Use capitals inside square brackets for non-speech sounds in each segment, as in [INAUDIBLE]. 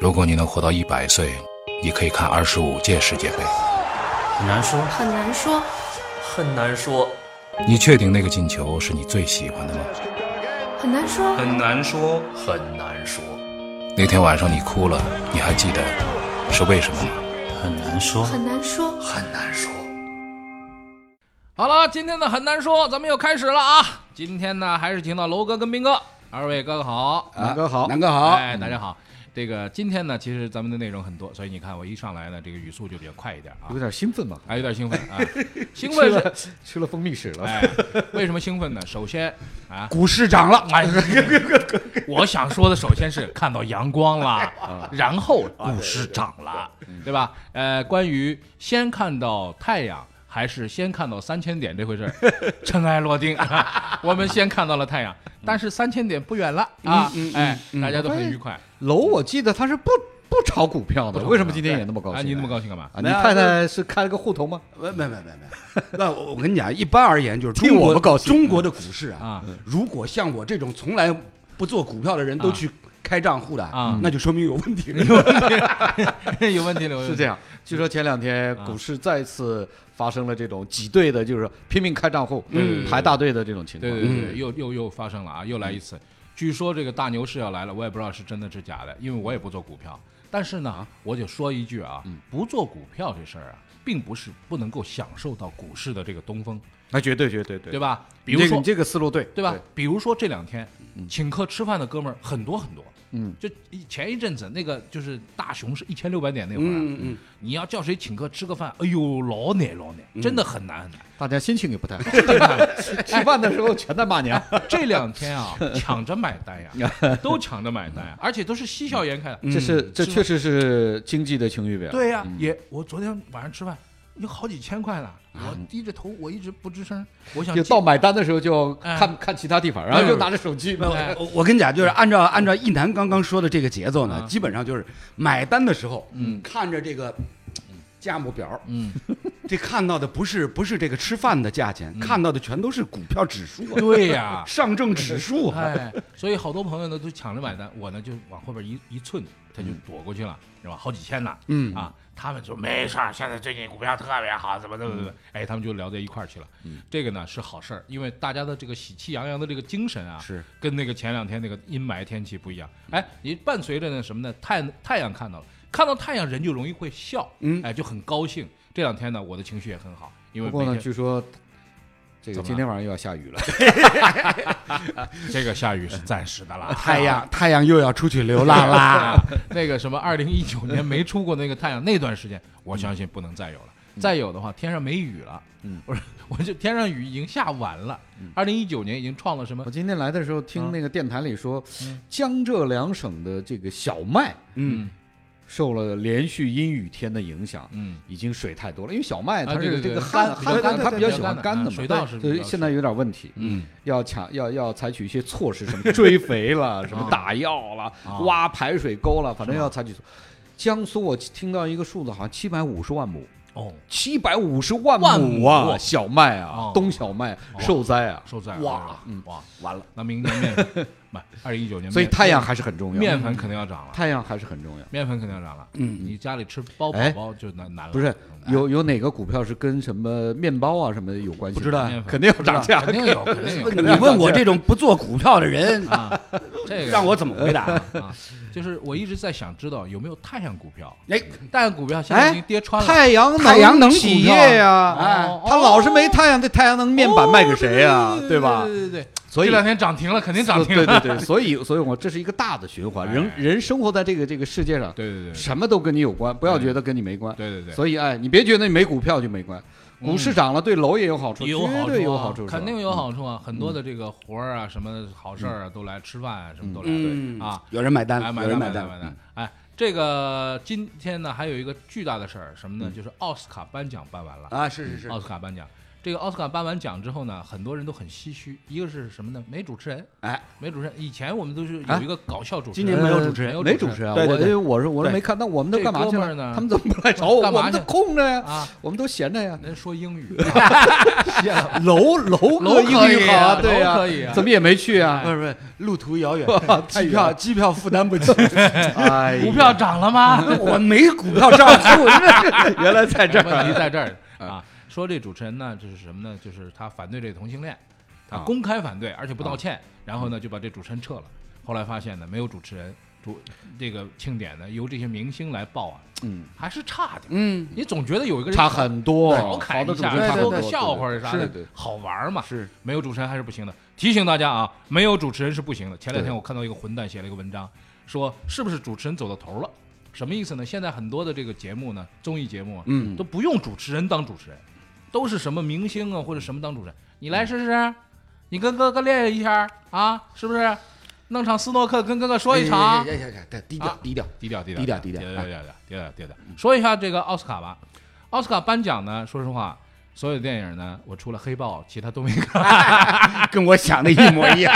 如果你能活到一百岁，你可以看二十五届世界杯。很难说，很难说。很难说，你确定那个进球是你最喜欢的吗？很难说，很难说，很难说，那天晚上你哭了，你还记得是为什么吗？很难说，很难说。很难说。好了，今天的很难说，咱们又开始了啊！今天呢，还是请到楼哥跟斌哥，二位哥哥好，南哥好，啊南哥好，哎，大家好。这个今天呢，其实咱们的内容很多，所以你看我一上来呢，这个语速就比较快一点啊有，点兴奋吧？还有点兴奋 [LAUGHS] 啊，兴吃奋是了吃了蜂蜜屎了，哎，为什么兴奋呢？首先啊，股市涨了，哎，我想说的首先是看到阳光 [LAUGHS] 啊了，然后股市涨了，嗯对吧？呃，关于先看到太阳还是先看到三千点这回事 [LAUGHS] 儿，尘埃落定、 [LAUGHS] 啊。我们先看到了太阳，嗯但是三千点不远了啊！哎，大家都很愉快。楼我记得他是不不炒股票的，为什么今天也那么高兴？啊？你那么高兴干嘛？啊？你太太是开了个户头吗？没没没没没， [LAUGHS] 那我我跟你讲，一般而言就是替中我国们高兴中国的股市啊啊，如果像我这种从来不做股票的人都去开账户的嗯啊那就说明有问题。 [LAUGHS] 有问题了？有问题是这，样，据说前两天啊股市再次发生了这种挤兑的，就是拼命开账户、嗯排大队的这种情对况。对对对，又又又发生了啊，又来一嗯次。据说这个大牛市要来了，我也不知道是真的是假的，因为我也不做股票。但是呢，啊我就说一句啊，嗯不做股票这事儿啊，并不是不能够享受到股市的这个东风，那哎绝对绝对对对吧？吧？比比如如说你，这个思路对对吧？？比如说这两天请客吃饭的哥们儿很多很多，嗯，就一前一阵子那个就是大熊市一千六百点那会儿啊，嗯嗯嗯你要叫谁请客吃个饭，哎呦老难老嗯难，真的很难很难。大家心情也不太好，吃饭的时候全在骂娘。这两天啊， [LAUGHS] 抢着买单呀，都抢着买单呀，而且都是嬉笑颜开的。这是嗯是这吧确实是经济的晴雨表。对呀、也我昨天晚上吃饭有好几千块了，我低着头，我一直不吱声，我想嗯就进到买单的时候就哎看看其他地方，然后就拿着 [LAUGHS] 手机。哎我我跟你讲，就是按照按照一楠刚刚说的这个节奏呢啊，基本上就是买单的时候，嗯看着这个价目表，嗯， [LAUGHS] 这看到的不是不是这个吃饭的价钱，看到的全都是股票指数啊，嗯对呀、 [LAUGHS] 上证指数啊，哎，所以好多朋友呢都抢着买单，我呢就往后边一一寸，他就躲过去了，是吧？好几千呢，嗯啊，他们说没事儿，现在最近股票特别好，怎么怎么怎嗯么，哎，他们就聊在一块儿去了。这个呢是好事儿，因为大家的这个喜气洋洋的这个精神啊，是跟那个前两天那个阴霾天气不一样。哎，你伴随着呢什么呢？太太阳看到了，看到太阳人就容易会笑，嗯哎，就很高兴。这两天呢，我的情绪也很好，因为不过呢，每天据说这怎个么今天晚上又要下雨了。这个下雨是暂时的 [LAUGHS] 啦，太阳太阳又要出去流浪啦。啊， [LAUGHS] 那个什么，二零一九年没出过那个太阳那段时间，我相信不能再有了。再有的话，天上没雨了，嗯，我说我就天上雨已经下完了。二零一九年已经创了什么我？今天来的时候听那个电台里说嗯，江浙两省的这个小麦嗯受了连续阴雨天的影响，嗯，已经水太多了，因为小麦啊它对对是这对个干旱比旱较干，干它的比比较较喜干欢的干啊的嘛，水稻是所比以较现在有点问题。嗯，要抢要要采取一些措施，什么追肥了，什 [LAUGHS] 么啊打药了啊，挖排水沟了，反正是吗要采取措。江苏我听到一个数字，好像七百五十万亩，哦，七百五十万万亩啊，亩小麦哦啊，冬小麦受灾啊，受灾了哇是吧嗯哇，完了，那明年面粉不，二零一九年面，所以太阳还是很重要，面粉肯定要涨了，太阳还是很重要。面粉肯定要涨了。嗯你家里吃包宝哎宝就难难了，嗯不是哎有有哪个股票是跟什么面包啊什么的有关系吗？不知道面粉肯定要涨价。肯定有，肯定有你问我这种不做股票的人，啊，这个让我怎么回答？啊，就是我一直在想知道有没有太阳股票，哎，太阳股票现在已经跌穿了。哎太阳太阳能企股票业呀，哦它老是没太阳，这太阳能面板卖给谁呀？哦啊对吧？对对对，所以这两天涨停了，肯定涨停对了。对对，所以所以我这是一个大的循环，人啊哎人生活在这个这个世界上，对对对什么都跟你有关，不要觉得跟你没关。对对对，所以哎，你别觉得你没股票就没关，嗯股市涨了对楼也有好处，有好绝处、啊对有好处，肯定是吧有好处啊！很多的这个活儿啊，什么好事儿啊，都来吃饭啊，什么都来、嗯啊，有人买单哎，，买有人买单买，单。哎，这个今天呢，还有一个巨大的事儿，什么呢？就是奥斯卡颁奖办完了。啊，是是是奥，斯卡颁奖，这个奥斯卡颁完奖之后呢，很多人都很唏嘘。一个是什么呢？没主持人，哎，没主持人。以前我们都是啊有一个搞笑主持今人，年没有主持人没有没主主持持人人啊，对对我因对为我是我是对没看，那我们都这干嘛去哥们儿呢了？他们怎么不来找我？干嘛我们都去空着呀，啊，我们都闲着呀。人说英 [LAUGHS] 语，哎楼楼楼哥可以英语好啊啊，对楼呀可以啊，怎么也没去啊？不是不是，路途遥远， [LAUGHS] 太机远了票机票负担不 [LAUGHS] 起，哎 [LAUGHS] 呀，股票涨了吗？ [LAUGHS] 我没股票账 [LAUGHS] 户，原来在这问儿题在 [LAUGHS] 这儿啊。说这主持人呢，就是什么呢？就是他反对这同性恋，他啊公开反对，而且不道歉，然嗯后呢就把这主持人撤了。后来发现呢，没有主持人，主这个庆典呢由这些明星来报啊，嗯，还是差点儿。嗯，你总觉得有一个人差很多，调侃的一主持下，人差很说多个笑话对对啥是的对，好玩儿嘛。是没有主持人还是不行的。提醒大家啊，没有主持人是不行的。前两天我看到一个混蛋写了一个文章，说是不是主持人走到头了？什么意思呢？现在很多的这个节目呢，综艺节目啊，嗯都不用主持人当主持人，都是什么明星啊或者什么当主持人。你来试试，你跟哥哥练一下啊，是不是？弄场斯诺克跟哥哥说一场，哎呀呀呀呀低调啊低调，低调低低调调低调低低调哎调低调低调。说一下这个奥斯卡吧，奥斯卡颁奖呢，说实话，所有的电影呢，我除了黑豹，其他都没看。 [LAUGHS] [LAUGHS] 跟我想的一模一样。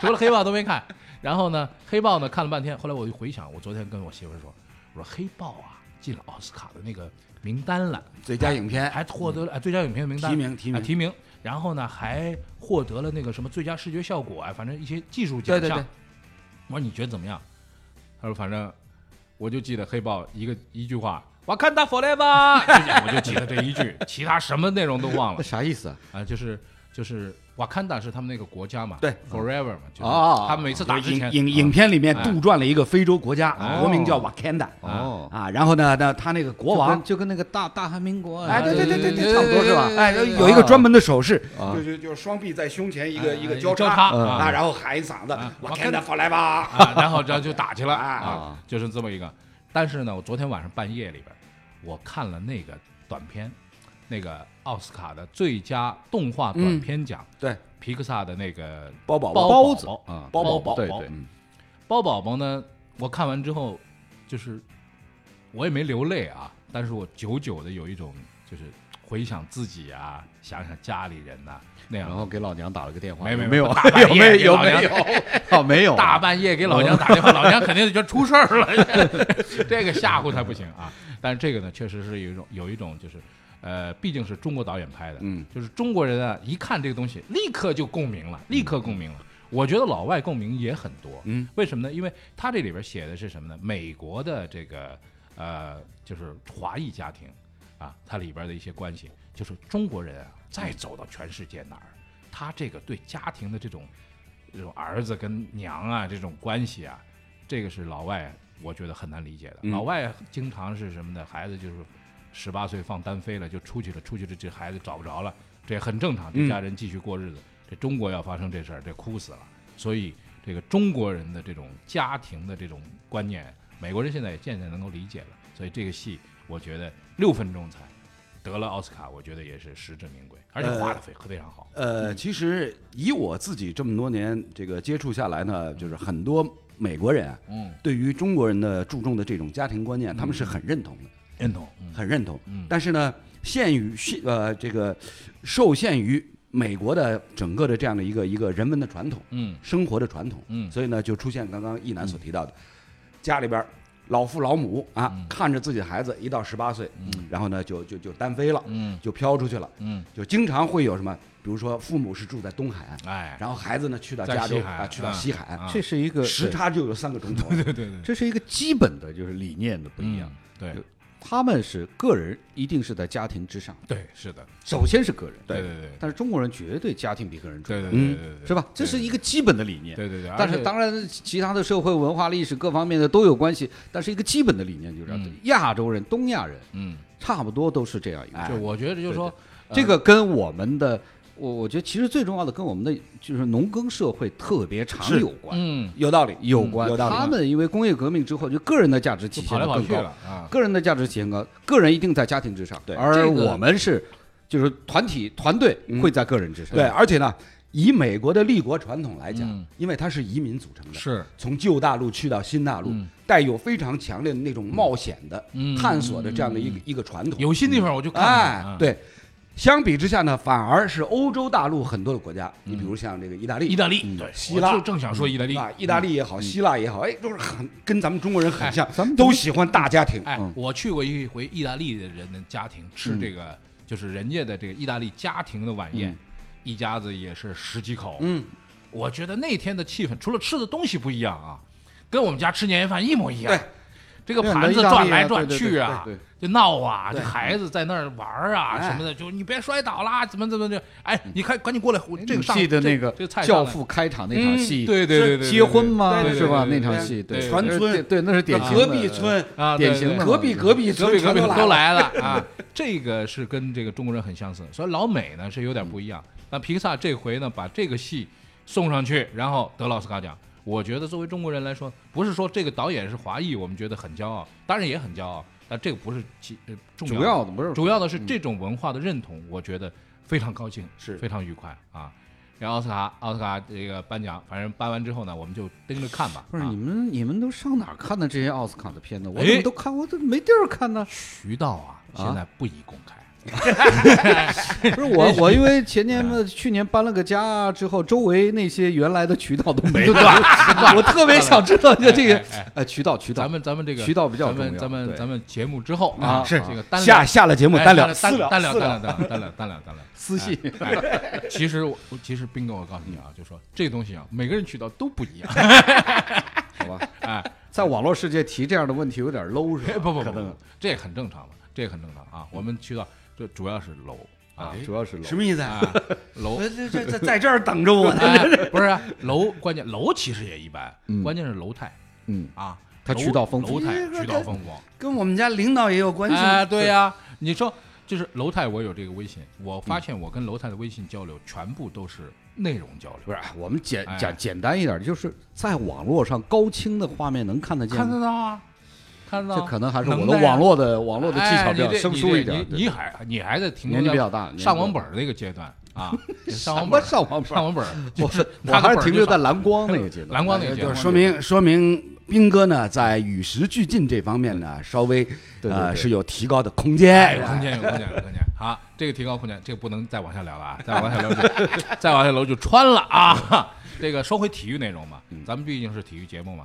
除了黑豹都没看。然后呢，黑豹呢看了半天，后来我就回想，我昨天跟我媳妇儿说，我说黑豹啊进了奥斯卡的那个名单了， [LAUGHS] 最佳影片还获得了、哎最佳影片名单提名提名哎提名，然后呢还获得了那个什么最佳视觉效果啊，反正一些技术奖项。对对对我说你觉得怎么样？他说反正我就记得黑豹一个一句话。我看他 forever，就这样我就记得这一句，其他什么内容都忘了 [LAUGHS] 那啥意思啊？啊，就是就是瓦坎达是他们那个国家嘛，对啊，forever 嘛，就是哦他们每次打之前影影影片里面哎杜撰了一个非洲国家哦，国名叫瓦坎达哦，啊，然后呢，那他那个国王。就跟那个大大韩民国，啊哎，对对对对对对，差不多是吧对对对？哎，对对有一个专门的手势，啊就是就是双臂在胸前一哎个一个交交叉啊啊，然后喊一嗓子啊瓦坎达法莱吧。啊，然后这样就打起来啊啊，就是这么一个。但是呢，我昨天晚上半夜里边，我看了那个短片，那个奥斯卡的最佳动画短片奖，对，皮克萨的那个包宝包宝包子啊包宝宝，包宝对对，包宝宝呢，我看完之后，就是我也没流泪啊，但是我久久的有一种就是回想自己啊，想想家里人呐、那样然后给老娘打了个电话，没没有没哦没有大半夜有给老娘大半夜给老没有有没有啊没有 [LAUGHS] 娘打电话，老娘肯定就觉得出事儿了， [LAUGHS] 这个吓唬他不行啊。但是这个呢，确实是有一种有一种就是，呃，毕竟是中国导演拍的，嗯，就是中国人啊，一看这个东西，立刻就共鸣了，立刻共鸣了。我觉得老外共鸣也很多，嗯，为什么呢？因为他这里边写的是什么呢？美国的这个呃，就是华裔家庭啊，它里边的一些关系，就是中国人啊，再走到全世界哪儿，他这个对家庭的这种这种儿子跟娘啊这种关系啊，这个是老外我觉得很难理解的。嗯老外经常是什么呢？孩子就是十八岁放单飞了，就出去了，出去了这孩子找不着了，这也很正常，这嗯家人继续过日子。这中国要发生这事儿，这哭死了。所以这个中国人的这种家庭的这种观念，美国人现在也渐渐能够理解了。所以这个戏，我觉得六分钟才得了奥斯卡，我觉得也是实至名归，而且画的非非常好。呃，其实以我自己这么多年这个接触下来呢，就是很多美国人啊嗯，对于中国人的注重的这种家庭观念，他们是很认同的，认同。嗯很认同嗯。但是呢，限于限呃这个受限于美国的整个的这样的一个一个人文的传统、嗯生活的传统，嗯所以呢，就出现刚刚一楠所提到的，家里边儿老父老母啊，嗯看着自己的孩子一到十八岁，然后呢就就就单飞了，嗯就飘出去了，嗯，就经常会有什么，比如说父母是住在东海岸，哎，然后孩子呢去到在加州西海啊，去到啊西海岸，啊 [LAUGHS] 这是一个时，差就有三个钟头。对对对，对这是一个基本的就是理念的不一样。嗯，对他们是个人，一定是在家庭之上，对是的，首先是个人，对对对但是中国人绝对家庭比个人重对要，对对对对，是吧？这是一个基本的理念。对对对，但是当然，其他的社会文化历史各方面的都有关系，但是一个基本的理念就是这样嗯亚洲人、东亚人嗯，哎差不多都是这样一个。就我觉得就是说这个跟我们的，我我觉得其实最重要的跟我们的就是农耕社会特别长是有关，嗯，有道理，有关。有道理。他们因为工业革命之后，就个人的价值就体跑来现得跑更去了高，啊，个人的价值体现高，个人一定在家庭之上，对而这个我们是就是团体团队会在个人之上，嗯对，而且呢，以美国的立国传统来讲，嗯因为它是移民组成的，是从旧大陆去到新大陆，嗯带有非常强烈的那种冒险的、嗯探索的这样的一个、一个传统。有新地方我就看看哎，嗯啊，对，相比之下呢，反而是欧洲大陆很多的国家，你比如像这个意大利，嗯意大利，对，希腊我就正想说意大利嗯啊，意大利也好，希腊也好，哎，都是很跟咱们中国人很像，咱们都喜欢大家庭。嗯哎，我去过一回意大利的人的家庭吃这个，就是人家的这个意大利家庭的晚嗯宴，一家子也是十几口。嗯，我觉得那天的气氛，除了吃的东西不一样啊，跟我们家吃年夜饭一模一样。对，这个对盘子很多意大转利来啊转对对去啊对哎对，就闹啊，这孩子在那儿玩儿啊什么的，就你别摔倒啦，怎么怎么的，哎，你快赶紧过来，我这个上记得这那个这个菜《上教来父》开场那场戏，嗯对对对对对是结婚吗？对对对是吧？对那对场对戏，对，对传那是村典对，那是典型的隔壁村，啊，对典对型的隔壁隔壁隔壁村，隔壁全都来了。来了啊！这个是跟这个中国人很相似，所以老美呢是有点不一样。那皮萨这回呢把这个戏送上去，然后得了奥斯卡奖。我觉得作为中国人来说，不是说这个导演是华裔，我们觉得很骄傲，当然也很骄傲，但这个不是其呃重要主要的不是主要的是这种文化的认同，我觉得非常高兴，是非常愉快啊。然后奥斯卡奥斯卡这个颁奖，反正颁完之后呢，我们就盯着看吧。不是啊你们你们都上哪儿看的这些奥斯卡的片子？我哎怎么都看，我都没地儿看呢。渠道啊，现在不宜公开。不是我，我因为前年嘛，去年搬了个家之后，周围那些原来的渠道都没 [LAUGHS] 了。我特别想知道，就这个哎哎哎呃渠道渠道，咱们咱们这个渠道比较咱重们要咱们对咱们节目之后啊是这个单下下了节目哎单聊，单私聊单聊私单聊单聊单聊单聊 [LAUGHS] 单聊。私信哎其实我其实斌哥，我告诉你啊，就说这个东西啊，每个人渠道都不一样。好吧？哎，在网络世界提这样的问题有点 low 是吧？不不可不能不，这很正常嘛，这很正常啊。我们渠道这主要是楼啊主要是 low。什么意思？啊啊？楼。这这这在这儿等着 [LAUGHS] 我呢。哎不是啊楼，关键楼其实也一般，嗯关键是楼态嗯，啊，它楼渠道丰富楼态渠道丰富。跟我们家领导也有关系吗哎，对呀、你说就是楼太，我有这个微信，我嗯发现我跟楼太的微信交流全部都是内容交流，不是，我们简哎简简单一点，就是在网络上高清的画面能看得见看得吗。到啊，看得到啊。这可能还是我能的耐啊网络的网络的技巧哎比较你这生你疏这一点你。你还你还在停留年纪在比较大年纪上比网较本儿那个阶 [LAUGHS] 段啊，上什网么本儿上网本上儿？网本 [LAUGHS] 儿，就 [LAUGHS] 我是拿我个还本是儿停就留在上蓝光那个阶段。蓝光那个阶就段，是说明说明斌哥呢，在与时俱进这方面呢，稍微对对呃对是有提高的空哎，间有。空间，有空间，有空间。好，这个提高空间，这个不能再往下聊了啊！再往下聊就， [LAUGHS] 再往下聊就穿了啊！这个说回体育内容嘛，嗯咱们毕竟是体育节目嘛。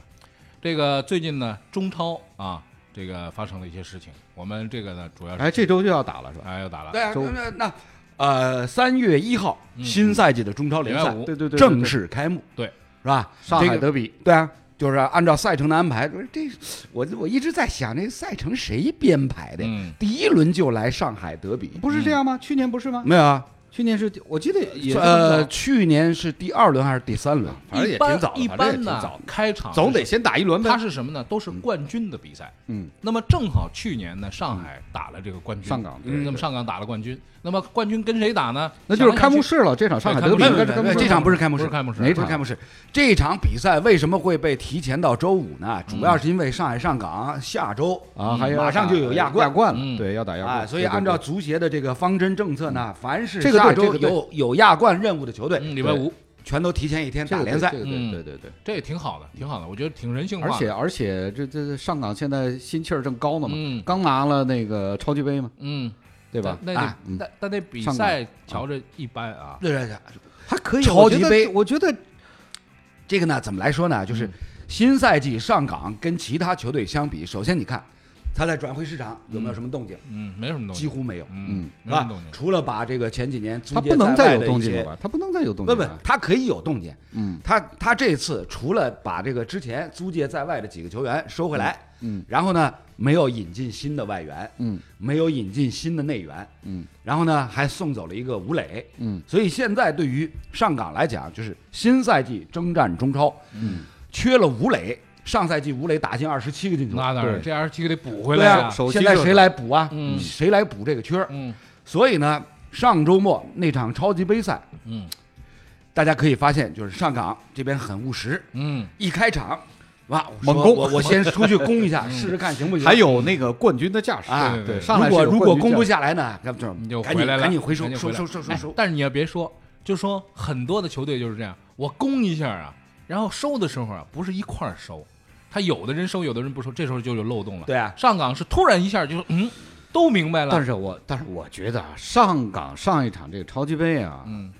这个最近呢，中超啊，这个发生了一些事情。我们这个呢，主要是哎，这周就要打了是吧？哎又打了对，啊，周那那呃，三月一号，新赛季的中超联礼赛拜五对对对，对正式开幕，对是吧？上这海个德比，对啊，就是按照赛程的安排。这我我一直在想，这赛程谁编排的呀？嗯第一轮就来上海德比，不是这样吗？去年不是吗？没有啊？去年是我记得嗯也是呃，，去年是第二轮还是第三轮？反正也一般挺早的一反正也般挺早呢的，开场总得是先打一轮呗它。是什么呢？都是冠军的比赛。嗯，那么正好去年呢，上海打了这个冠军，上港嗯那么上港打了冠军，那么冠军跟谁打呢？那就是开幕式。式了，这场上海德比对应该开幕式开幕式是式这场不是开幕不式，是开幕式不哪是场开幕式。这场比赛为什么会被提前到周五呢？主要是因为上海上港下周啊，还有马上就有亚亚冠。冠嗯了，对，要打亚啊，冠，所以对对按照对嗯足协的这个方针政策呢，凡是这个对下周这个对有有亚冠任务的球队，嗯，礼拜五，全都提前一天这打个联赛对。对嗯对对对对。这也挺好的，挺好的，我觉得挺人性化而的。且啊而且这这这上港现在心气儿正高呢嘛，嗯刚拿了那个超级杯嘛，嗯，对吧？嗯但哎那但但那比上嗯赛瞧着一般啊，对对对，还可以，超级杯我觉得我觉得这个呢，怎么来说呢？嗯就是新赛季上港跟其他球队相比，首先你看他在转会市场有没有什么动静？嗯，没什么东西，几乎没有，嗯嗯，没是什么吧动？静。除了把这个前几年租他借不能在再外有的动一静些了吧？他不能再有动不静不了吧。，他可以有动静。嗯他他这次除了把这个之前租借在外的几个球员收回来，嗯然后呢没有引进新的外援，嗯没有引进新的内援，嗯，然后呢还送走了一个吴磊，嗯，所以现在对于上港来讲，就是新赛季征战中超，嗯，缺了吴磊，上赛季吴磊打进二十七个进球，那当然，对这 R 七得补回对来啊，啊。手机现在就是谁来补啊？嗯谁来补这个缺儿？嗯所以呢，上周末那场超级杯赛，嗯大家可以发现，就是上港这边很务实，嗯，一开场，哇，我猛攻说我我先出去攻一嗯下，试试看行不行？还有那个冠军的架势啊对对对上来如果是有如果冠军攻架不势下来呢，那就你就赶回紧来了，赶紧回收，赶紧收回来收收收哎收。但是你也别说，就说很多的球队就是这样，我攻一下啊，然后收的时候啊，不是一块儿收，他有的人收，有的人不收，这时候就有漏洞了。对啊上港是突然一下就嗯，都明白了但。是我但是我觉得啊，上港上一场这个超级杯啊，嗯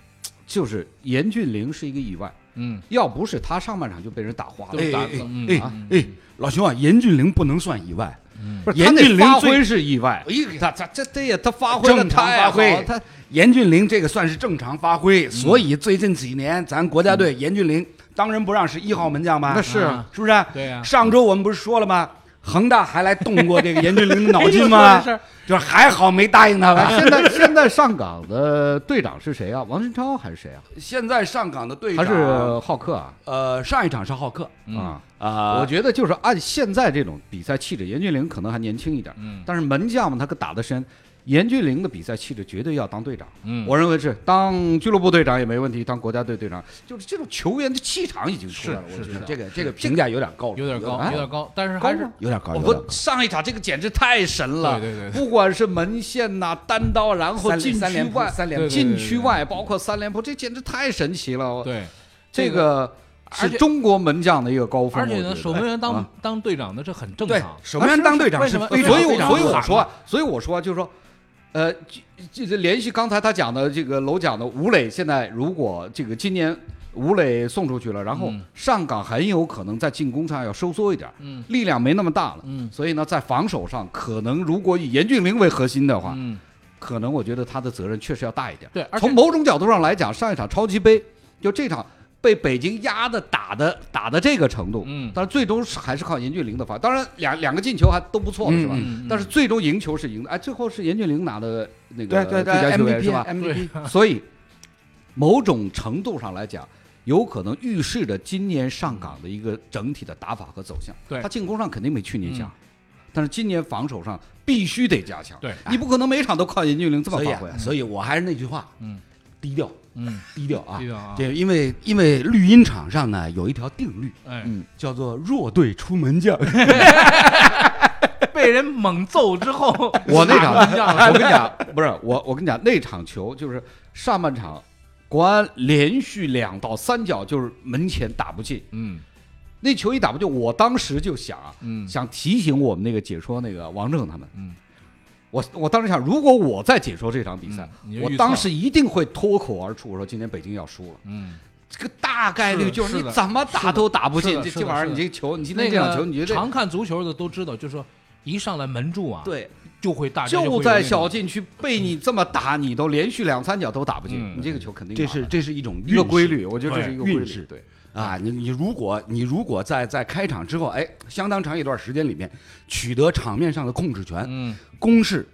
就是严俊凌是一个意外，嗯，要不是他上半场就被人打花了对，哎打哎嗯哎啊哎，老兄啊，严俊凌不能算意外，不是严他那俊凌发最挥是意外，哎，他他这这也他发挥了正常太发好挥他严俊凌这个算是正常发挥，所以最近几年咱国家队严俊凌当仁不让是一号门将吧？那是啊是不是？对呀上周我们不是说了吗？恒大还来动过这个严俊凌的脑筋哎吗就是？就是还好没答应他吧。啊现在现在上港的队长是谁啊？王晨超还是谁啊？现在上港的队还长是浩克啊？呃，上一场是浩克嗯啊，啊我觉得就是按现在这种比赛气质，严俊凌可能还年轻一点，嗯但是门将嘛，他可打得深。严俊凌的比赛气质绝对要当队长，嗯我认为是当俱乐部队长也没问题，当国家队队长就是这种球员的气场已经出来了。是我是觉得是这个这个评价有点高了，有点高，哎有点高，但是还是高吗有点高，我有点不高。上一场这个简直太神了，啊对对对不管是门线呐、单刀，然后三禁三区连扑外、三连扑禁区外，包括三连扑，这简直太神奇了。我，对，这个而是且中国门将的一个高峰。而且我呢，觉得守门员当啊当队长的这很正对常，。守门员当队长为是什么非常所以我非常所以多我的说啊，所以我说啊就是说，呃，这这这联系刚才他讲的这个楼讲的吴磊，现在如果这个今年吴磊送出去了，然后嗯上港很有可能在进攻上要收缩一点，嗯力量没那么大了，嗯所以呢，在防守上可能如果以严俊凌为核心的话，嗯，可能我觉得他的责任确实要大一点。对而且从某种角度上来讲，上一场超级杯就这场。被北京压的打的打的这个程度，嗯但是最终是还是靠严俊凌的发，当然两两个进球还都不错了，是吧？嗯嗯但是最终赢球是赢的，哎，最后是严俊凌拿的那个对对对最佳球员是啊吧？ ，MVP，MVP。 [LAUGHS] 所以某种程度上来讲，有可能预示着今年上港的一个整体的打法和走向。对他进攻上肯定没去年强，但是今年防守上必须得加强。哎对你不可能每场都靠严俊凌这么所以发啊挥啊。所以我还是那句话，嗯，低调，嗯，低调啊低。调啊，这因为因为绿茵场上呢有一条定律，哎，叫做弱队出门将。被人猛揍之 [LAUGHS] 后， [LAUGHS] 我那场，门将了我跟你讲， [LAUGHS] 不是我，我跟你讲，那场球就是上半场，国安连续两到三脚就是门前打不进，嗯那球一打不进，我当时就想啊，嗯想提醒我们那个解说那个王正他们，嗯，我我当时想，如果我在解说这场比赛，嗯你就我预测当时一定会脱口而出，我说今天北京要输了。嗯，这个大概率是就是是你的怎么打都打不是进，的这是的这玩意儿是你的这球，你今那天这场球，你个觉得常看足球的都知道，就是说一上来门柱啊，，对，就会大家就会在有那种小禁区被你这么打，你都连续两三脚都打不进嗯，你这个球肯定这麻是烦这是一种一个运势规律，我觉得这对是一个规运律势，对，啊！你你如果你如果在在开场之后，哎，相当长一段时间里面取得场面上的控制权，嗯，攻势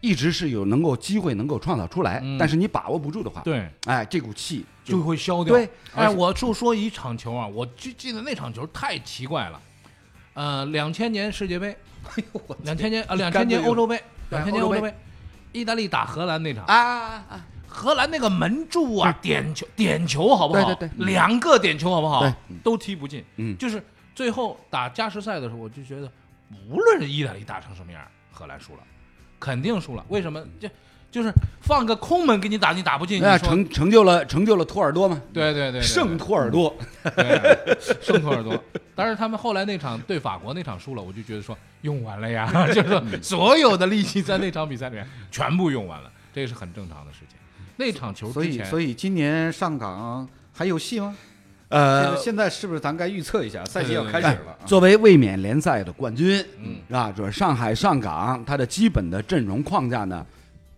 一直是有能够机会能够创造出来，嗯但是你把握不住的话，对。哎，这股气就会消掉。对，哎，我就说一场球啊，我就记得那场球太奇怪了。呃，两千年世界 [LAUGHS] 杯，两千年啊，两千年欧洲杯，对两千年欧洲欧杯洲杯，意大利打荷兰那场，啊，啊荷兰那个门柱啊，点球点球好不好？嗯对对对两个点球好不好对？都踢不进。嗯就是最后打加时赛的时候，我就觉得，无论是意大利打成什么样，荷兰输了，肯定输了。为什么？就就是放个空门给你打，你打不进，那你说啊成成就了成就了托尔多嘛，对对对对，嗯圣托尔多，对，圣托尔多。但是他们后来那场对法国那场输了，我就觉得说用完了 [LAUGHS] 呀，就是说嗯所有的力气在那场比赛里面全部用完了，这个是很正常的事情。那场球所之以前，所以今年上港还有戏吗？呃现在，现在是不是咱该预测一下赛季要开始哎了啊？作为卫冕联赛的冠军，嗯，是吧？就是上海上港，它的基本的阵容框架呢，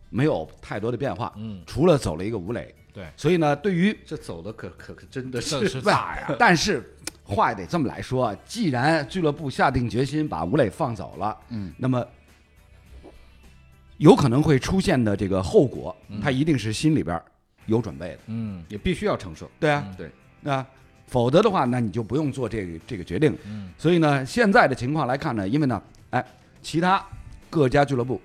没有太多的变化，嗯除了走了一个吴磊，对所以呢，对于这走的可可可真的这是喂咋呀？但是话也得这么来说，啊既然俱乐部下定决心把吴磊放走了，嗯，那么有可能会出现的这个后果，他一定是心里边儿有准备的，嗯也必须要承受。对啊，对，啊，否则的话，那你就不用做这个这个决定了。嗯所以呢，现在的情况来看呢，因为呢，哎，其他各家俱乐部，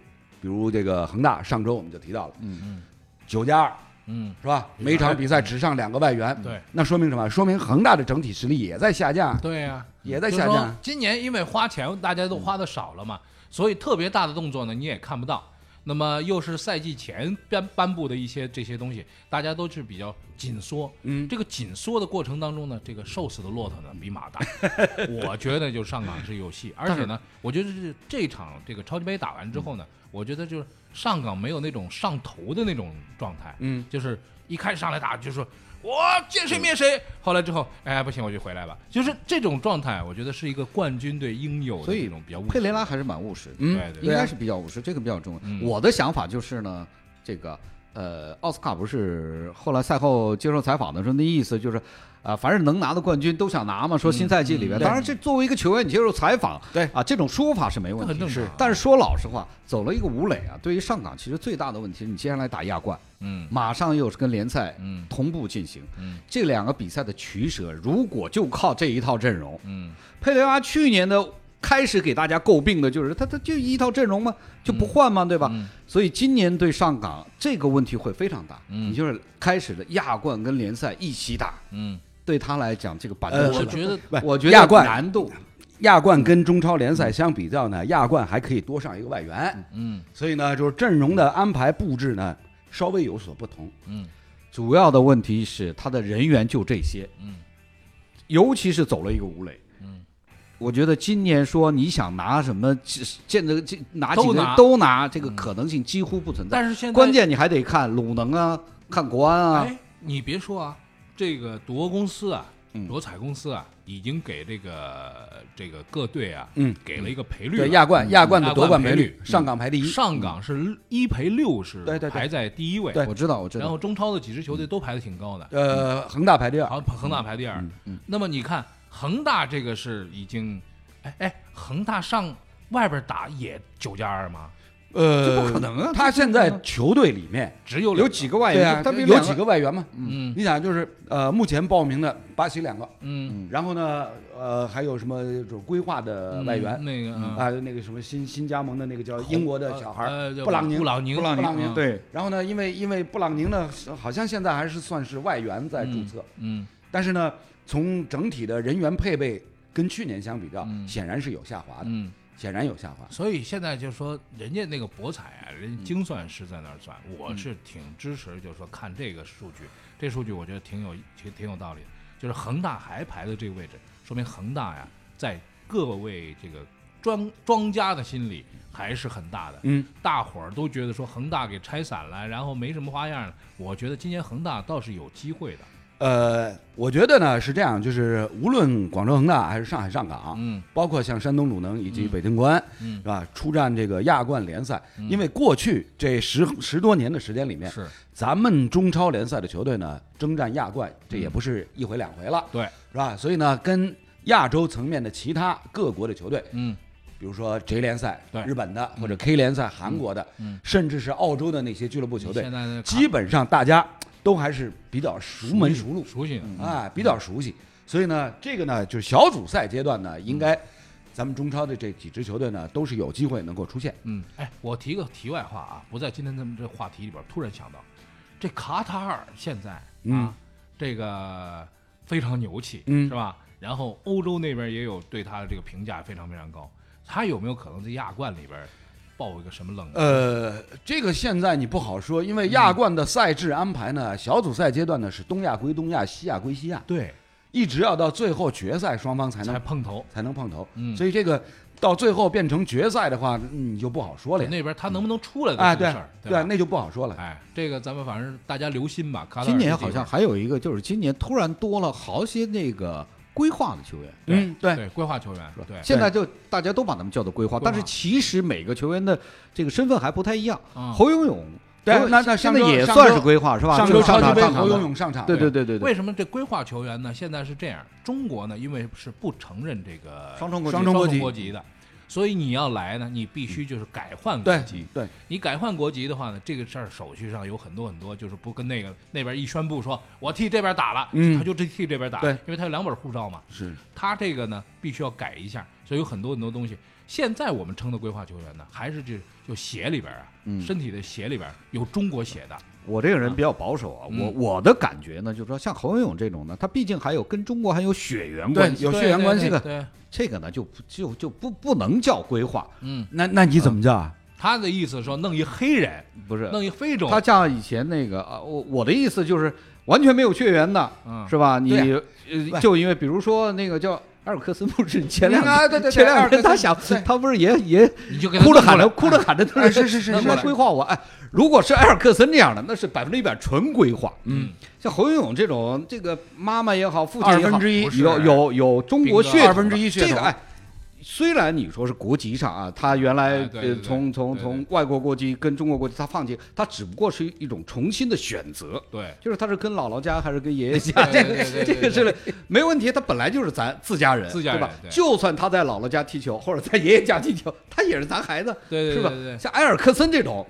比如这个恒大，上周我们就提到了，嗯嗯，九加二嗯，是吧？每场比赛只上两个外援，对那说明什么？说明恒大的整体实力也在下降。对呀、也在就下说降今年因为花钱大家都花的少了嘛，所以特别大的动作呢你也看不到。那么又是赛季前颁颁布的一些这些东西，大家都是比较紧缩。嗯，这个紧缩的过程当中呢，这个瘦死的骆驼呢比马大。 [LAUGHS] 我觉得就上港是有戏，而且呢，我觉得是这场这个超级杯打完之后呢，我觉得就是上港没有那种上头的那种状态。嗯，就是一开始上来打就说。我见谁灭谁，后来之后，哎，不行，我就回来吧。就是这种状态，我觉得是一个冠军队应有的所以一种比较务佩实雷拉还是蛮务实的，嗯对对应该是比较务实，这个比较重要。嗯我的想法就是呢，这个呃，奥斯卡不是后来赛后接受采访的时候，那意思就是啊、凡是能拿的冠军都想拿嘛。说新赛季里边，嗯当然这作为一个球员，你接受采访，对啊，这种说法是没问这很题。正常是，但是说老实话，走了一个吴磊啊，对于上港其实最大的问题是你接下来打亚冠，嗯马上又是跟联赛嗯同步进行，嗯这两个比赛的取舍，如果就靠这一套阵容，嗯佩雷拉去年的开始给大家诟病的就是他他就一套阵容嘛，就不换嘛，对吧？嗯所以今年对上港这个问题会非常大。嗯你就是开始的亚冠跟联赛一起打，嗯，对他来讲这个板呃凳我是吧、觉得不我觉得亚冠难度亚冠跟中超联赛相比较嗯呢，亚冠还可以多上一个外援，嗯所以呢，就是阵容的安排布置呢稍微有所不同。嗯主要的问题是他的人员就这些，嗯，尤其是走了一个吴磊，嗯。我觉得今年说你想拿什么，这见得这拿几都个拿嗯人都拿，这个可能性几乎不存在。但是现在关键你还得看鲁能啊，看国安啊，哎，你别说啊，这个赌博公司啊，嗯博彩公司啊，已经给这个这个各队啊，嗯，给了一个赔率了。对亚冠，亚冠的亚夺冠冠赔赔率率，上港排第一。嗯上港是一赔六是对对对排在第一位，对我知道，我知然道后。中超的几支球队都排的挺高的，呃，恒大排第二，好像恒大排第二。嗯那么你看恒大这个是已经，哎哎，恒大上外边打也九加二吗？呃，这不可能啊他这现在球队里面只有有两几个外对援，啊，他们有几个外援嘛？嗯你想就是呃，目前报名的巴西两个，嗯然后呢，呃，还有什么就是规划的外援嗯那个嗯啊，那个什么新新加盟的那个叫英国的小孩呃儿叫布朗宁，布朗宁嗯布布朗朗宁宁。对，然后呢，因为因为布朗宁呢，好像现在还是算是外援在注册，嗯但是呢，从整体的人员配备跟去年相比较，嗯显然是有下滑的，嗯，显然有下滑。所以现在就是说，人家那个博彩啊，人家精算师在那儿算，我是挺支持，就是说看这个数据，这数据我觉得挺有挺挺有道理的。就是恒大还排在这个位置，说明恒大呀，在各位这个庄庄家的心里还是很大的。嗯，大伙儿都觉得说恒大给拆散了，然后没什么花样了。我觉得今年恒大倒是有机会的。呃，我觉得呢是这样，就是无论广州恒大还是上海上港，嗯包括像山东鲁能以及北京国安，嗯是吧？出战这个亚冠联赛，因为过去这十十多年的时间里面，是咱们中超联赛的球队呢征战亚冠，这也不是一回两回了，嗯对，是吧？所以呢，跟亚洲层面的其他各国的球队，嗯比如说 J 联赛对、日本的或者 K 联赛、韩国的，嗯甚至是澳洲的那些俱乐部球队现在的，卡基本上大家都还是比较熟门熟路熟悉的。啊，比较熟悉。所以呢，这个呢就是小组赛阶段呢，应该咱们中超的这几支球队呢都是有机会能够出现。嗯，哎，我提个题外话啊，不在今天咱们这话题里边，突然想到，这卡塔尔现在啊，嗯这个非常牛气，嗯是吧？然后欧洲那边也有对他的这个评价非常非常高，他有没有可能在亚冠里边爆一个什么冷？呃，这个现在你不好说，因为亚冠的赛制安排呢，小组赛阶段呢是东亚归东亚，西亚归西亚，对，一直要到最后决赛双方才能才碰头。才能碰头。嗯所以这个到最后变成决赛的话，你就不好说了呀。那边他能不能出来哎，的这个对事儿，对啊，吧？那就不好说了。哎，这个咱们反正大家留心吧。卡塔尔今年这地好像方还有一个，就是今年突然多了好些那个规划的球员。嗯，对，对规划球员，对，现在就大家都把他们叫做规划，规划但是其实每个球员的这个身份还不太一样嗯。侯永永，对侯那那现上在周也上算周是规划是吧？上就周是上超级场杯上场侯的永，永上场，对对对对对，为什么这规划球员呢？现在是这样，中国呢，因为是不承认这个双重国籍双重双重国国籍的，所以你要来呢，你必须就是改换国对籍。对，你改换国籍的话呢，这个事儿手续上有很多很多，就是不跟那个那边一宣布说我替这边打了，嗯他就这替这边打，对因为他有两本护照嘛，是他这个呢必须要改一下，所以有很多很多东西。现在我们称的规划球员呢，还是就就鞋里边啊，嗯身体的鞋里边有中国鞋的，我这个人比较保守啊，嗯我我的感觉呢，就是说像侯永永这种呢，他毕竟还有跟中国还有血缘对关，系，有血缘关系对的。对，对这个呢就不就就不不能叫规划，嗯， [LAUGHS] 那那你怎么叫啊？他的意思说弄一黑人，不是弄一非洲，他像以前那个啊，我我的意思就是完全没有血缘的，嗯是吧？你对啊呃就因为比如说那个叫埃尔克斯牧师，前两啊对对对前埃两尔克天斯他想对他不是也也你就给他哭着弄过喊来着哭着喊着，他哎说是是是能是不能是规划我哎，如果是埃尔克森这样的，那是百分之一百纯规划，嗯。像侯永勇这种，这个妈妈也好，父亲也好，二分之一有有有中国兵血哥统的，二分之一血这个统哎，虽然你说是国籍上啊，他原来哎对对呃对从从对从外国国籍跟中国国籍他放弃，他只不过是一种重新的选择，对，就是他是跟姥姥家还是跟爷爷家，对这对个对对这对个 [LAUGHS] 是没问题，他本来就是咱自家人，自家人对吧对？就算他在姥姥家踢球或者在爷爷家踢球，他也是咱孩子，对对是吧对对？像埃尔克森这种。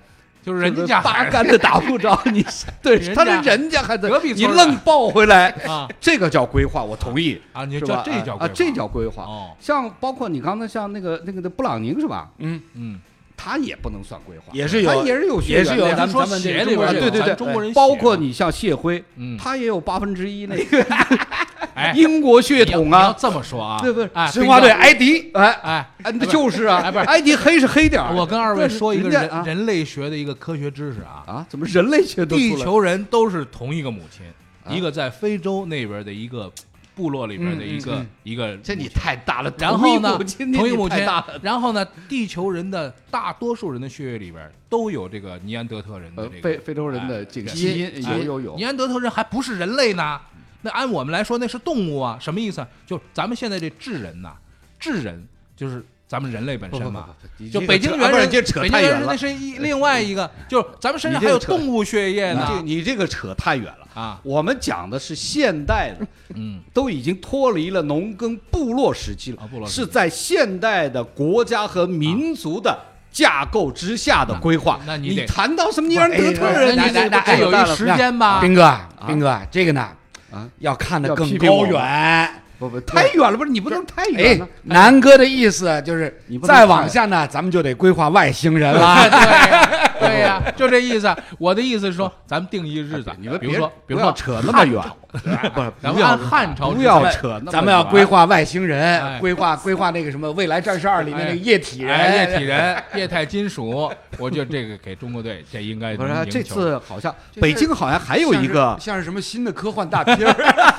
就是人家家八孩子竿子打不着， [LAUGHS] 你是对人家他是人家孩子隔壁，你村儿的愣抱回来，啊这个叫规划，我同意，啊，你是叫吧？这叫啊，规这划叫规划。哦，像包括你刚才像那个那个的布朗宁是吧？嗯，他也不能算规划，也是有他也是有血也是缘有的咱们说咱们这鞋个里中边国啊这个人对对咱对，中国人包血括嘛你像谢辉，嗯他也有八分之一 [LAUGHS] 那个哎英国血统你要啊，这么说啊，对不对哎，？申花队哎埃迪，哎哎，哎，就是啊，哎不是埃迪黑是 [LAUGHS] 黑点儿我跟二位说一个人家人啊人类学的一个科学知识啊，啊，怎么人类学都地出来啊了？球人都是同一个母亲，一个在非洲那边的一个部落里边的一个一个，嗯这你太大了，然后呢，同一母亲同一母你太亲大了，然后呢，地球人的大多数人的血液里边都有这个尼安德特人的呃这，个非非洲人的啊哎这个对基因哎有有有尼，安德特人还不是人类呢，那按我们来说那是动物啊，什么意思啊？就咱们现在这智人呐、智人就是咱们人类本身嘛。你就这个北京扯啊猿不是人，这扯北京太猿远人那了，是一另外一个，就是咱们身上你还这有个扯动物血液你这呢你这个扯太远了。啊，我们讲的是现代的，嗯，都已经脱离了农耕部落时期了，啊部落时期是在现代的国家和民族的架构之下的规划。啊那那你你得谈到什么尼安德特人？那你你得得这个得有一时间吧，斌哥，斌哥，这个呢啊，要看得要更批评高我吗远。不不太远了，不是你不能太远了。哎南哥的意思就是你，不能再往下呢，咱们就得规划外星人啊， [LAUGHS] 了。对呀， [LAUGHS] 对呀，就这意思。我的意思是说，咱们定义日子，哎你们比别如说，比如不说要扯那么远，不是咱不们要按汉朝之不前，要扯那么远，咱们要规划外星啊哎人，规划规划那个什么《未来战士二》里面那个液体人，哎液体人、 [LAUGHS] 液态金属，我觉得这个给中国队这应该不能是赢这球次好像北京好像还有一像个是像是什么新的科幻大片儿，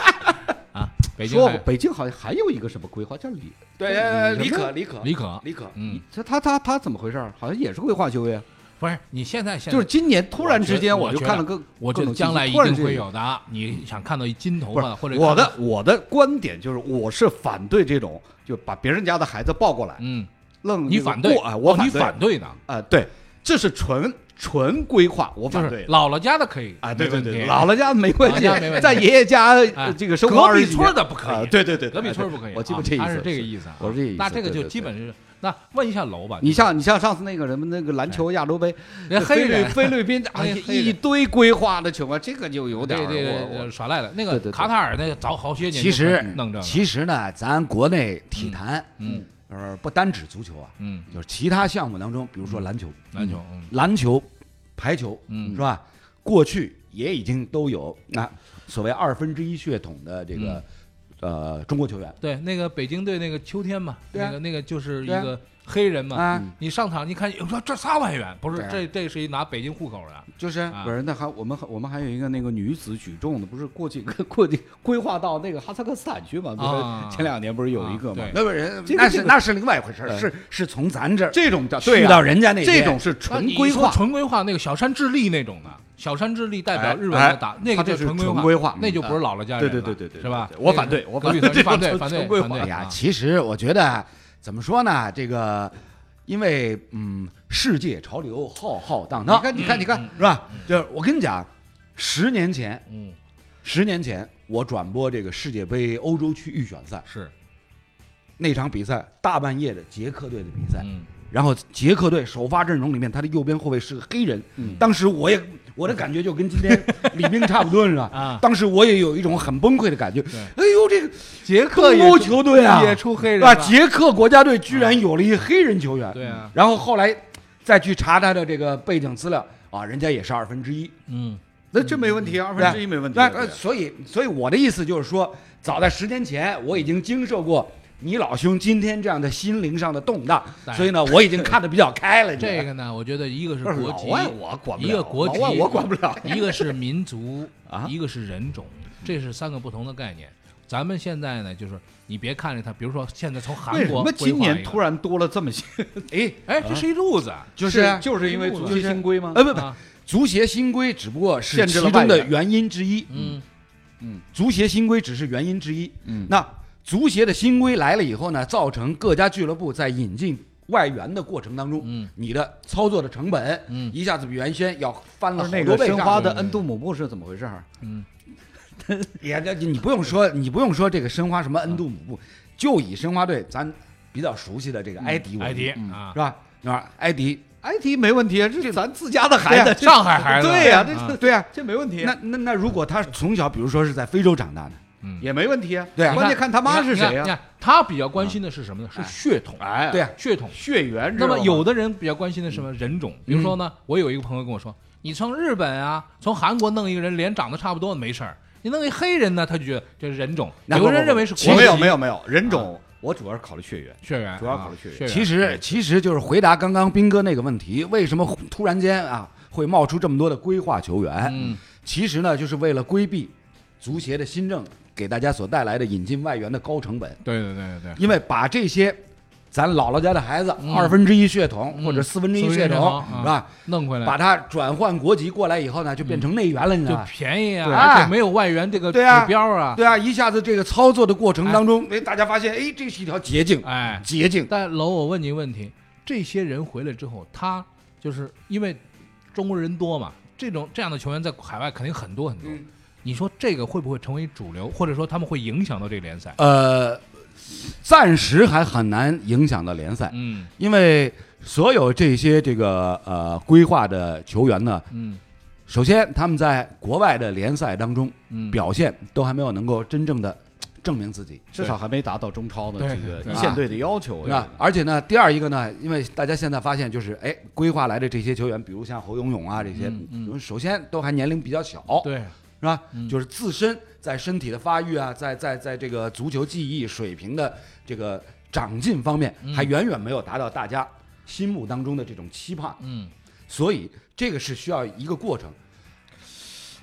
啊，北京说还有北京好像还有一个什么规划叫李，对，呃李可，李可，李可，李可，嗯，他他他他怎么回事儿？好像也是规划修呀，啊不是你现在现在就是今年突然之间哎我觉就得看了个，我觉各得种信息将来一突然定之间会有的。你想看到一金头不发是的或者我看到的，我的观点就是，我是反对这种就把别人家的孩子抱过来嗯，愣你那个反对过啊，我哦你反反对呢？啊，对，这是纯纯规划，我就反是对的姥姥家的可以啊，对对对，没问对题姥姥家没关系姥姥家没问，题在爷爷家哎呃这个生活隔二壁十几年村的不可以啊对对对，对隔壁村儿不可以啊，哎对我记不这意思，他是这个意思啊，我是这个意思那这个对就对基对本是，那问一下楼吧，你像你像上次那个什么那个篮球亚洲杯，人黑菲律人菲律宾哎人呀黑人一堆规划的情况，这个就有点对儿对我对我耍赖了，那对对个对卡塔尔那个早好些年其实就弄这个，其实呢，咱国内体坛，嗯，呃，不单指足球啊，嗯，就是其他项目当中，比如说篮球，篮球，嗯篮球、排球，嗯是吧？过去也已经都有啊，所谓二分之一血统的这嗯个、呃中国球员对，那个北京队那个秋天嘛，对啊那个那个就是一对啊个黑人嘛，啊，嗯你上场你看，我说这仨外援，不是对啊这这是一拿北京户口的，就是啊不是，那还我们还我们还有一个那个女子举重的，不是过去过去规划到那个哈萨克斯坦去嘛？不啊是前两年不是有一个嘛啊？对那不人这个那这是个那是另外一回事儿，是是从咱哎这儿这种叫去到人家那边这种是那纯你规说划，纯规划那个小山智利那种的，小山智利代表日本哎哎的打那个他这是纯纯规规划嗯啊那就不是姥姥家人了，对对对对对是吧对？我反对我反对隔壁村这种反对反对 [LAUGHS] 纯纯规划反对哎呀啊，其实我觉得怎么说呢，这个因为嗯，世界潮流浩浩荡荡，你看你看你看是吧？就是我跟你啊讲，十年前，嗯，十年前我转播这个世界杯欧洲区预选赛是，那场比赛，大半夜的捷克队的比赛，嗯，然后捷克队首发阵容里面，他的右边后卫是个黑人，嗯当时我也。我的感觉就跟今天李冰差不多，是吧？ [LAUGHS] 啊当时我也有一种很崩溃的感觉。哎呦，这个捷克也欧球队啊，也出黑人啊，了，捷克国家队居然有了一黑人球员。啊对啊嗯然后后来再去查他的这个背景资料啊，人家也是二分之一，嗯，那这没问题，啊二分之一没问题。那呃对啊所以，所以我的意思就是说，早在十年前，我已经经受过你老兄今天这样的心灵上的动荡，对所以呢，我已经看得比较开了。这个个呢，我觉得一个是不是国老籍，外我管不了，一个国籍老外我管不了。 [LAUGHS] 一个是民族啊一个是人种，这是三个不同的概念。咱们现在呢，就是你别看着它，比如说现在从韩为什国么今年突然然多了这么 [LAUGHS] 些？哎，哎，这是一路子，就是啊就是因为足就协是新规吗？呃不不，啊足协新规只不过是限其制了中外的援原因之一。嗯，足协新规只是原因之一。嗯那足协的新规来了以后呢，造成各家俱乐部在引进外援的过程当中，嗯，你的操作的成本，嗯一下子比原先要翻了不好是那多个倍申花上。的恩杜姆穆是怎么回事儿？ [LAUGHS] 也，那你不用说，你不用说这个申花什么恩杜姆布，就以申花队咱比较熟悉的这个埃嗯迪为例，艾迪啊是，吧？那埃迪，埃迪没问题，啊，这是咱自家的对孩啊子，这上海孩子对呀，啊这对啊，这没问题，那那那如果他从小比如说是在非洲长大的，也没问题啊。嗯对啊关键看看他妈是谁啊你看你呀？看他比较关心的是什么呢？是血统，哎对啊，血统。血缘。那么有的的人比较关心的是什么人种？比如说呢，嗯我有一个朋友跟我说，你从日本啊，从韩国弄一个人脸长得差不多没事儿，你弄一黑人呢，他就觉得这是人种。那有的人不不认不为是其实啊国没籍有没有没有人种，我主要是考虑血缘。血缘，主要啊考虑血缘其实其实就是回答刚刚斌哥那个问题，为什么忽突然间啊会冒出这么多的规划球员？嗯，其实呢，就是为了规避足协的新政给大家所带来的引进外援的高成本，对对对对对，因为把这些咱姥姥家的孩子、嗯二分之一血统、嗯或者四分之一四分之一血血统、统啊是吧，弄回来把它转换国籍过来以后呢，就变成内援了，你知就道吧？便宜啊，对而且没有外援这个对啊指标啊，对啊，一下子这个操作的过程当中，哎，大家发现，哎，这是一条捷径，哎，捷径。但楼，我问你个问题：这些人回来之后，他就是因为中国人多嘛，这种这样的球员在海外肯定很多很多。你说这个会不会成为主流，或者说他们会影响到这个联赛？呃，暂时还很难影响到联赛，嗯因为所有这些这个呃规划的球员呢，嗯首先他们在国外的联赛当中嗯，表现都还没有能够真正的证明自己，至少还没达到中超的对这个对一线队的要求，啊对吧？而且呢，第二一个呢，因为大家现在发现就是，哎，规划来的这些球员，比如像侯永永啊这些，嗯嗯嗯首先都还年龄比较小，对，是吧？嗯就是自身在身体的发育啊，在在在这个足球技艺水平的这个长进方面，嗯还远远没有达到大家心目当中的这种期盼，嗯所以这个是需要一个过程。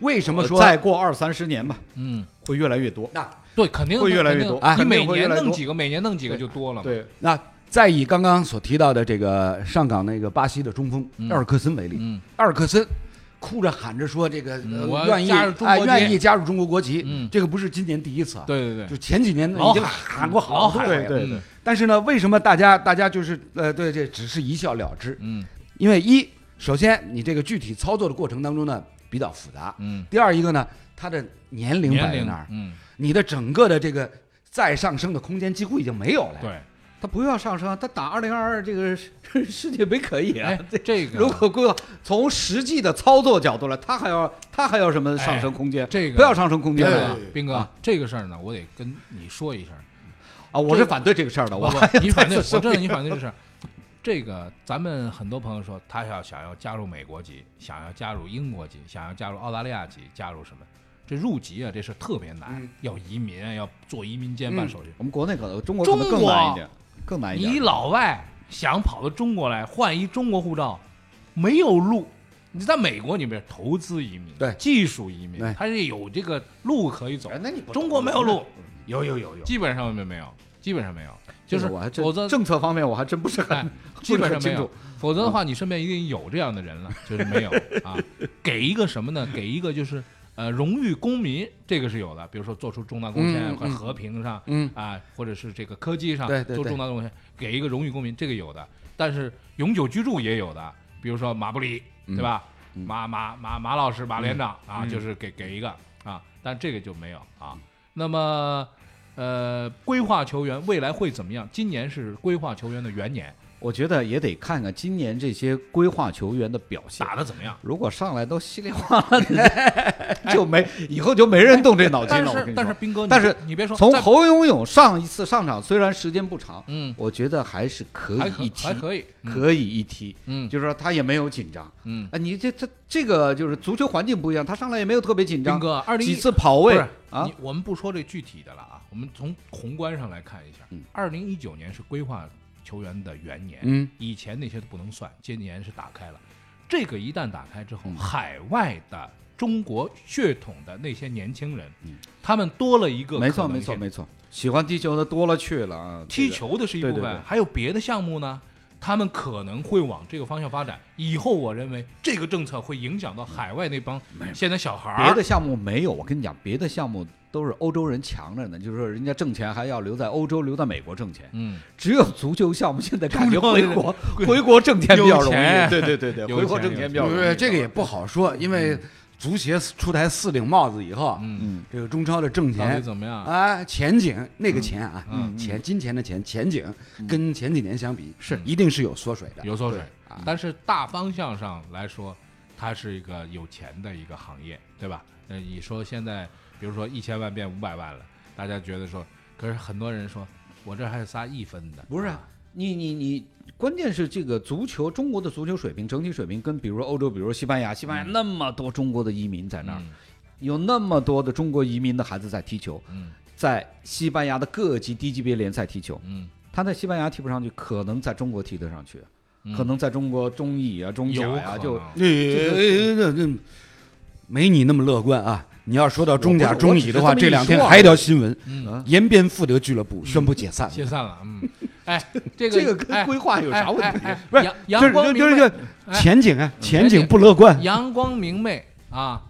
为什么呃说再过二三十年吧，嗯，会越来越多。那对，肯定会越来越肯定多啊哎你每肯定会越年来越多弄几个，每年弄几个就多了嘛。对，那再以刚刚所提到的这个上港那个巴西的中锋嗯埃尔克森为例，嗯埃尔克森哭着喊着说这个、嗯呃我要愿意加入中哎国籍愿意加入中国国籍，嗯这个不是今年第一次啊，对对对就前几年老已经喊喊过好老多喊回对了对嗯对，但是呢，为什么大家大家就是呃，对这只是一笑了之？嗯因为一，首先你这个具体操作的过程当中呢比较复杂；嗯，第二一个呢，它的年龄摆年在龄那儿，嗯，你的整个的这个再上升的空间几乎已经没有了。对，他不要上升，他打二零二二这个世 [LAUGHS] 世界杯可以啊哎。，这个如果规划从实际的操作角度来，他还要他还要什么上升空间？哎这个不要上升空斌间哥了斌哥啊，这个事儿呢，我得跟你说一声。啊！我这是个反对这个事儿的，不我不，你反对，我知道你反对这事儿。这个咱们很多朋友说，他要想要加入美国籍，想要加入英国籍，想要加入澳大利亚籍，加入什么？这入籍啊，这事儿特别难，嗯要移民啊，要做移民监办手续。我们国内可能中国可中能更难国一点，更哎难一你点。老外想跑到中国来换一中国护照，没有路。你在美国，你别投资移民，对技术移民对，它是有这个路可以走哎。那你不中国没有路，有有有有，基本上没没有，基本上没有。这就个是我还否则真政策方面我还真不是哎 [LAUGHS] 很 [LAUGHS] 基本不是上没很清有楚。否则的话，你身边一定有这样的人了，就是没有啊。 [LAUGHS] 给一个什么呢？给一个就是呃，荣誉公民，这个是有的。比如说做出重大贡献啊嗯，或嗯者和平上，嗯啊，或者是这个科技上对对做对重大贡献，给一个荣誉公民，这个有的。但是永久居住也有的，比如说马布里，对吧？马马马马老师，马连长啊，就是给给一个啊，但这个就没有啊。那么。呃，规划球员未来会怎么样？今年是规划球员的元年，我觉得也得看看今年这些规划球员的表现。打的怎么样？如果上来都稀里哗啦的， [LAUGHS] 就没以后就没人动这脑筋但了。我跟是你哎但是说，斌哥，你但是你别说，从在侯永永上一次上场虽然时间不长，嗯我觉得还是可还以可一踢还，可以，嗯可以一踢。嗯就是说他也没有紧张。嗯，啊，你这这这个就是足球环境不一样，他上来也没有特别紧斌张。哥，二零几次跑位啊你，我们不说这具体的了啊，我们从宏观上来看一下嗯，二零一九年是规划球员的元年，嗯，以前那些都不能算，今年是打开了。这个一旦打开之嗯后，海外的中国血统的那些年轻人，他们多了一个嗯没可错能没错性没错，喜欢踢球的多了去了啊。这踢个球的是一对部对分对，还有别的项目呢，他们可能会往这个方向发展。以后我认为这个政策会影响到海外那帮现在小孩儿别的项目没有，我跟你讲，别的项目都是欧洲人强着呢，就是说人家挣钱还要留在欧洲，留在美国挣钱。嗯，只有足球项目现在感中觉国回人 [LAUGHS] 国回国挣钱比较有容易钱，对对对对，有回国钱有挣钱钱比较对容对易对，。这个也不好说，因为足协出台四顶帽子以后，嗯，这个中超的挣到底钱怎么样？啊，前景那个钱啊，嗯钱金钱的钱前景跟前几年相比是一定是有缩水的，嗯有缩水啊，但是大方向上来说，它是一个有钱的一个行业，对吧？那你说现在，比如说一千万变五百万了，大家觉得说，可是很多人说，我这还有仨一分的，啊不是啊你你你，关键是这个足球，中国的足球水平整体水平跟比如欧洲，比如西班牙，西班牙那么多中国的移民在那儿，嗯有那么多的中国移民的孩子在踢球，嗯在西班牙的各级低级别联赛踢球，嗯他在西班牙踢不上去，可能在中国踢得上去，嗯，可能在中国中乙啊、中甲有呀、可就。能那呃那那没你那么乐观啊！你要说到中甲、我不是我中只乙是的话，这么一这两天说啊还有一条新闻：嗯啊延边富德俱乐部宣布解散。解散了，嗯， [LAUGHS] 哎，这个这个跟哎规划有哎啥问题？哎哎不是阳就是阳光就明是媚，就哎前景啊，前前景景不乐观。阳光明媚啊，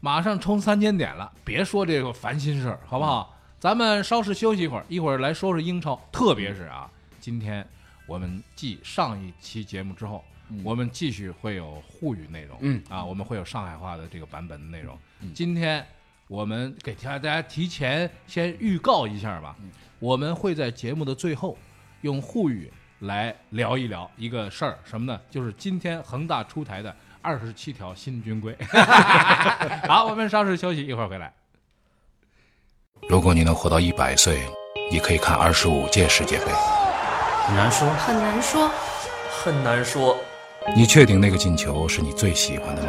马上冲三千点了，别说这个烦心事儿，好不好？咱们稍事休息一会儿，一会儿来说说英超，特别是啊，嗯今天我们继上一期节目之后，我们继续会有沪语内容，嗯啊，我们会有上海话的这个版本的内容。今天我们给大家提前先预告一下吧，我们会在节目的最后用沪语来聊一聊一个事儿，什么呢？就是今天恒大出台的二十七条新军规。 [LAUGHS] 好，我们稍事休息，一会儿回来。如果你能活到一百岁，你可以看二十五届世界杯。很难说，很难说，很难说，你确定那个进球是你最喜欢的吗？